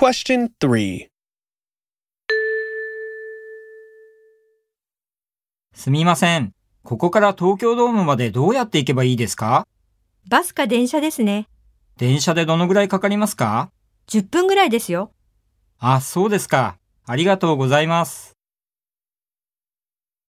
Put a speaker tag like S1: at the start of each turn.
S1: Question 3.
S2: すみません。ここから東京ドームまでどうやって行けばいいですか
S3: バスか電車ですね。
S2: 電車でどのぐらいかかりますか
S3: 10分ぐらいですよ。
S2: あ、そうですか。ありがとうございます。